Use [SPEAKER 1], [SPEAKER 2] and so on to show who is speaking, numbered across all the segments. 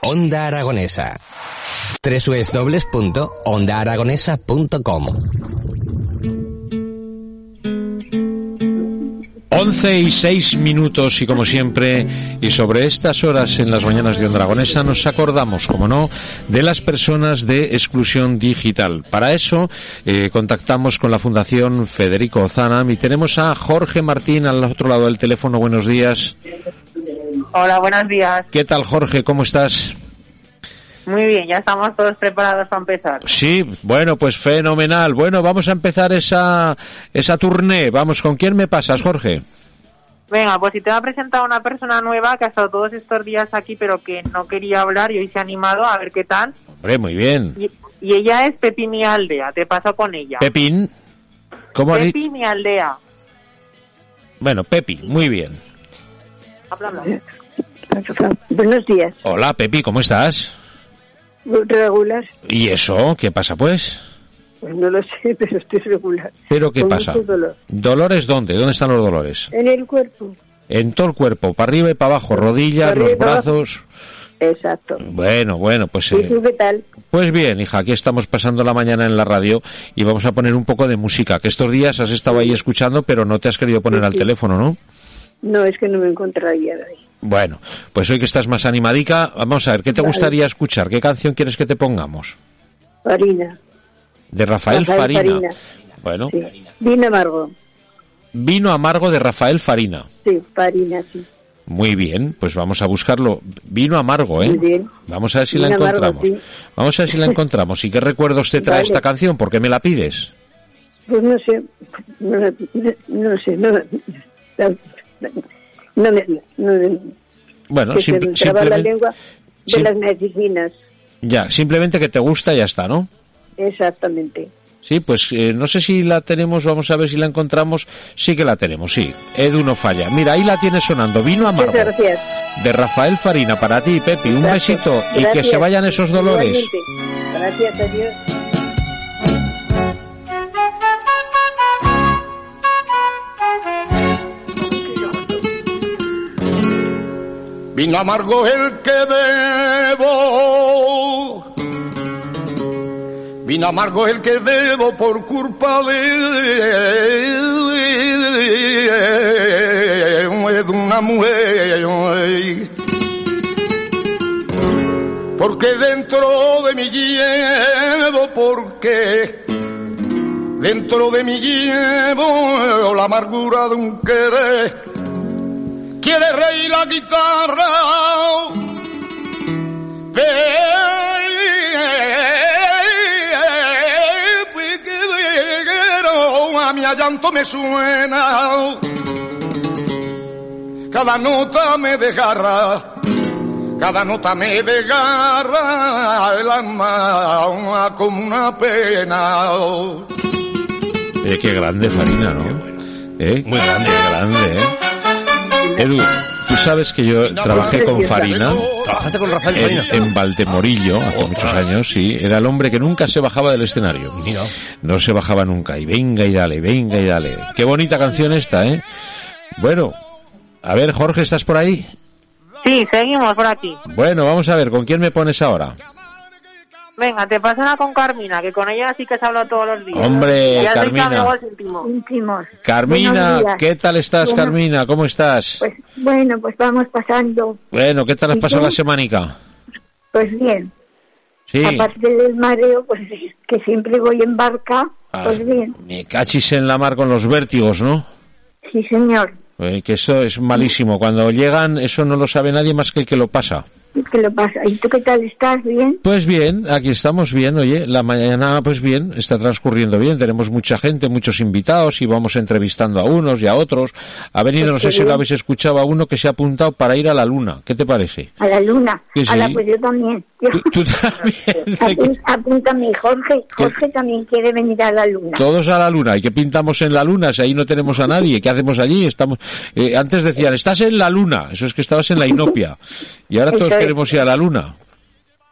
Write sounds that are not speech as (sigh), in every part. [SPEAKER 1] Onda Aragonesa. www.ondaaragonesa.com
[SPEAKER 2] 11 y 6 minutos y como siempre, y sobre estas horas en las mañanas de Onda Aragonesa nos acordamos, como no, de las personas de exclusión digital. Para eso eh, contactamos con la Fundación Federico Ozanam y tenemos a Jorge Martín al otro lado del teléfono. Buenos días.
[SPEAKER 3] Hola, buenos días.
[SPEAKER 2] ¿Qué tal Jorge? ¿Cómo estás?
[SPEAKER 3] Muy bien, ya estamos todos preparados para empezar.
[SPEAKER 2] Sí, bueno, pues fenomenal. Bueno, vamos a empezar esa, esa tournée. Vamos, ¿con quién me pasas, Jorge?
[SPEAKER 3] Venga, pues si te va a presentar una persona nueva que ha estado todos estos días aquí pero que no quería hablar y hoy se ha animado a ver qué tal.
[SPEAKER 2] Hombre, muy bien.
[SPEAKER 3] Y, y ella es Pepini Aldea, te paso con ella.
[SPEAKER 2] Pepín. ¿Cómo le-
[SPEAKER 3] Pepini Aldea.
[SPEAKER 2] Bueno, Pepi, muy bien.
[SPEAKER 3] Habla, habla.
[SPEAKER 4] Buenos días.
[SPEAKER 2] Hola, Pepi, ¿cómo estás?
[SPEAKER 4] ¿Regular?
[SPEAKER 2] ¿Y eso? ¿Qué pasa, pues?
[SPEAKER 4] Pues no lo sé, (laughs) pero estoy regular.
[SPEAKER 2] ¿Pero qué
[SPEAKER 4] Con
[SPEAKER 2] pasa?
[SPEAKER 4] mucho dolor.
[SPEAKER 2] ¿Dolores dónde? ¿Dónde están los dolores?
[SPEAKER 4] En el cuerpo.
[SPEAKER 2] En todo el cuerpo, para arriba y para abajo, rodillas,
[SPEAKER 4] Para
[SPEAKER 2] los
[SPEAKER 4] arriba y para
[SPEAKER 2] brazos.
[SPEAKER 4] Exacto.
[SPEAKER 2] Bueno, bueno, pues...
[SPEAKER 4] ¿Y
[SPEAKER 2] eh,
[SPEAKER 4] tú qué tal?
[SPEAKER 2] Pues bien, hija, aquí estamos pasando la mañana en la radio y vamos a poner un poco de música, que estos días has estado ahí escuchando, pero no te has querido poner al teléfono, ¿no?
[SPEAKER 4] No, es que no me encontraría ahí.
[SPEAKER 2] Bueno, pues hoy que estás más animadica, vamos a ver, ¿qué te gustaría escuchar? ¿Qué canción quieres que te pongamos?
[SPEAKER 4] Farina.
[SPEAKER 2] De Rafael,
[SPEAKER 4] Rafael
[SPEAKER 2] Farina.
[SPEAKER 4] Farina.
[SPEAKER 2] Bueno,
[SPEAKER 4] Sí. Dime, Margo.
[SPEAKER 2] vino amargo de Rafael Farina.
[SPEAKER 4] Sí, Farina, sí.
[SPEAKER 2] Muy bien, pues vamos a buscarlo. Vino amargo, ¿eh?
[SPEAKER 4] Muy bien.
[SPEAKER 2] Vamos a ver si la
[SPEAKER 4] Vino amargo,
[SPEAKER 2] encontramos.
[SPEAKER 4] sí.
[SPEAKER 2] Vamos a ver si la encontramos. ¿Y qué recuerdos te trae
[SPEAKER 4] Vale.
[SPEAKER 2] esta canción? ¿Por qué me la pides?
[SPEAKER 4] Pues no sé, no, no, no sé, no, no, no me... No, no-
[SPEAKER 2] Bueno,
[SPEAKER 4] que se
[SPEAKER 2] simple-
[SPEAKER 4] me traba la
[SPEAKER 2] simplemente-
[SPEAKER 4] lengua de
[SPEAKER 2] sim-
[SPEAKER 4] las medicinas.
[SPEAKER 2] Ya, simplemente que te gusta y ya está, ¿no?
[SPEAKER 4] Exactamente.
[SPEAKER 2] Sí, pues eh, no sé si la tenemos, vamos a ver si la encontramos. Sí que la tenemos, sí. Edu no falla. Mira, ahí la tienes sonando. Vino amargo.
[SPEAKER 4] Muchas gracias.
[SPEAKER 2] De Rafael Farina, para ti, Pepi. Un
[SPEAKER 4] Gracias.
[SPEAKER 2] besito y que
[SPEAKER 4] Gracias.
[SPEAKER 2] se vayan esos dolores.
[SPEAKER 4] Igualmente. Gracias a Dios.
[SPEAKER 5] Vino amargo el que bebo. Vino amargo el que bebo por culpa de, de una mujer. Porque dentro de mi llevo, porque dentro de mi llevo la amargura de un querer quiere reír la guitarra. Pero a mi llanto me suena, cada nota me desgarra, cada nota me desgarra el alma como una pena.
[SPEAKER 2] Eh, qué grande Farina, ¿no? Eh, Muy grande, grande, ¿eh? Edu, tú sabes que yo trabajé con Farina.
[SPEAKER 5] Trabajaste con Rafael
[SPEAKER 2] en,
[SPEAKER 5] Farina.
[SPEAKER 2] en Valdemorillo hace muchos años, sí, era el hombre que nunca se bajaba del escenario. No se bajaba nunca. Y venga y dale, venga y dale. Qué bonita canción esta, ¿eh? Bueno, a ver, Jorge, ¿estás por ahí?
[SPEAKER 3] Sí, seguimos por aquí.
[SPEAKER 2] Bueno, vamos a ver, ¿con quién me pones ahora?
[SPEAKER 3] Venga, te paso una con Carmina, que con ella sí que has hablado todos los días.
[SPEAKER 2] Hombre,
[SPEAKER 3] ya
[SPEAKER 2] Carmina.
[SPEAKER 3] Soy tu amigo íntimo.
[SPEAKER 6] íntimos. Buenos
[SPEAKER 2] Carmina,
[SPEAKER 6] días.
[SPEAKER 2] ¿qué tal estás,
[SPEAKER 6] Bueno,
[SPEAKER 2] Carmina? ¿Cómo estás?
[SPEAKER 6] Pues bueno, pues vamos pasando.
[SPEAKER 2] Bueno, ¿qué tal has
[SPEAKER 6] ¿y
[SPEAKER 2] pasado
[SPEAKER 6] tú?
[SPEAKER 2] la semanica?
[SPEAKER 6] Pues bien,
[SPEAKER 2] Sí.
[SPEAKER 6] aparte del mareo, pues que siempre voy en barca,
[SPEAKER 2] Ah,
[SPEAKER 6] pues bien.
[SPEAKER 2] me cachis en la mar con los vértigos, ¿no?
[SPEAKER 6] Sí, señor,
[SPEAKER 2] Eh, que eso es malísimo. Cuando llegan, eso no lo sabe nadie más que el que lo pasa.
[SPEAKER 6] que lo pasa. ¿Y tú qué tal estás? ¿Bien?
[SPEAKER 2] Pues bien, aquí estamos bien, oye, la mañana pues bien, está transcurriendo bien, tenemos mucha gente, muchos invitados y vamos entrevistando a unos y a otros. Ha venido,
[SPEAKER 6] Pues
[SPEAKER 2] no sé si lo habéis escuchado, a uno que se ha apuntado para ir a la luna. ¿Qué te parece?
[SPEAKER 6] (laughs) ¿A la luna?
[SPEAKER 2] Que
[SPEAKER 6] A la,
[SPEAKER 2] sí.
[SPEAKER 6] pues yo también.
[SPEAKER 2] Tú, tú también.
[SPEAKER 6] (laughs) Apun- Apúntame, Jorge. Jorge también quiere venir a la luna.
[SPEAKER 2] Todos a la luna. ¿Y qué pintamos en la luna? Si ahí no tenemos a nadie, ¿qué hacemos allí? Estamos. eh, antes decían, estás en la luna. Eso es que estabas en la inopia. Y ahora todos
[SPEAKER 6] Eso es.
[SPEAKER 2] queremos ir a la luna.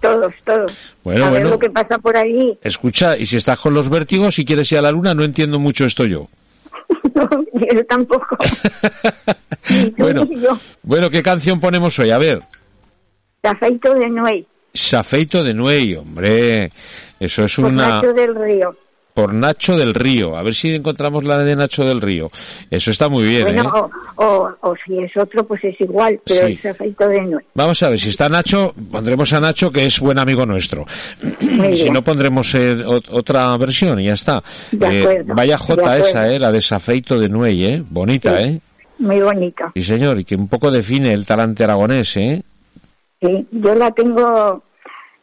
[SPEAKER 6] Todos, todos.
[SPEAKER 2] Bueno,
[SPEAKER 6] a ver
[SPEAKER 2] bueno.
[SPEAKER 6] lo que pasa por ahí.
[SPEAKER 2] Escucha, y si estás con los vértigos y quieres ir a la luna, no entiendo mucho esto yo.
[SPEAKER 6] (laughs)
[SPEAKER 2] (laughs)
[SPEAKER 6] No, yo tampoco.
[SPEAKER 2] bueno,
[SPEAKER 6] yo.
[SPEAKER 2] bueno, ¿qué canción ponemos hoy? A ver,
[SPEAKER 6] Safeito de Nuey,
[SPEAKER 2] Safeito de Nuey, hombre. Eso es
[SPEAKER 6] por
[SPEAKER 2] una.
[SPEAKER 6] Nacho del Río.
[SPEAKER 2] Por Nacho del Río. A ver si encontramos la de Nacho del Río. Eso está muy bien, ¿eh?
[SPEAKER 6] bueno, o, o- o si es otro, pues es igual, pero
[SPEAKER 2] Sí.
[SPEAKER 6] es Safeito de Nuey.
[SPEAKER 2] Vamos a ver, si está Nacho, pondremos a Nacho, que es buen amigo nuestro. (clears throat)
[SPEAKER 6] Muy
[SPEAKER 2] si
[SPEAKER 6] bien.
[SPEAKER 2] no, pondremos eh, ot- otra versión y ya está. Eh,
[SPEAKER 6] De acuerdo,
[SPEAKER 2] vaya
[SPEAKER 6] de
[SPEAKER 2] jota
[SPEAKER 6] acuerdo.
[SPEAKER 2] esa, eh, la de Safeito de Nuey, ¿eh? Bonita,
[SPEAKER 6] Sí.
[SPEAKER 2] ¿eh?
[SPEAKER 6] Muy bonita.
[SPEAKER 2] Sí, señor, y que un poco define el talante aragonés, ¿eh?
[SPEAKER 6] Sí, yo la tengo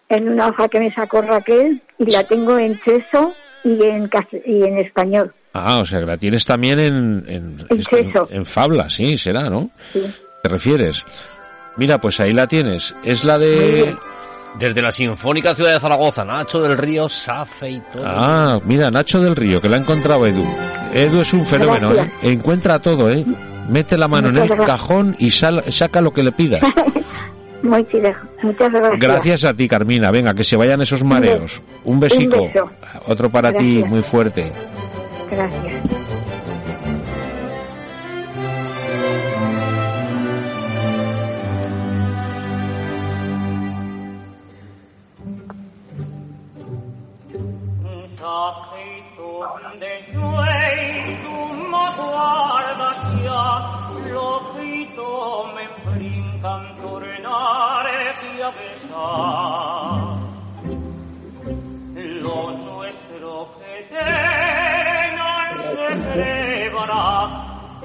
[SPEAKER 6] en una hoja que me sacó Raquel y la tengo en cheso y en, cas- y en español.
[SPEAKER 2] Ah, o sea, que la tienes también en, en,
[SPEAKER 6] En cheso.
[SPEAKER 2] en fabla, sí, será, ¿no?
[SPEAKER 6] Sí.
[SPEAKER 2] ¿Te refieres? Mira, pues ahí la tienes. Es la
[SPEAKER 6] Muy
[SPEAKER 2] de...
[SPEAKER 6] bien.
[SPEAKER 7] Desde la Sinfónica Ciudad de Zaragoza, Nacho del Río, Safe y todo.
[SPEAKER 2] Ah, mira, Nacho del Río, que la ha encontrado Edu. Edu es un fenómeno, ¿eh?
[SPEAKER 6] Gracias.
[SPEAKER 2] Encuentra todo, ¿eh? Mete la mano en
[SPEAKER 6] Muchas
[SPEAKER 2] el
[SPEAKER 6] gracias.
[SPEAKER 2] cajón y sal- saca lo que le
[SPEAKER 6] (laughs)
[SPEAKER 2] pidas.
[SPEAKER 6] Muy chile. Muchas gracias.
[SPEAKER 2] Gracias a ti, Carmina. Venga, que se vayan esos mareos. Un besico.
[SPEAKER 6] Un beso.
[SPEAKER 2] Otro para ti,
[SPEAKER 6] Gracias.
[SPEAKER 2] muy fuerte.
[SPEAKER 6] Gracias.
[SPEAKER 8] Sapetto de nuei tu ma guarda sia lo fito me brincan tornare ti a besar lo nuestro che te non se crebará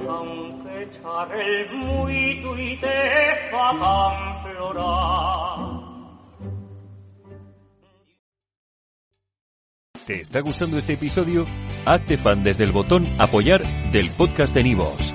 [SPEAKER 8] aunque echar el muito y te fagan florar
[SPEAKER 9] ¿Te está gustando este episodio? Hazte fan desde el botón Apoyar del podcast de Nivos.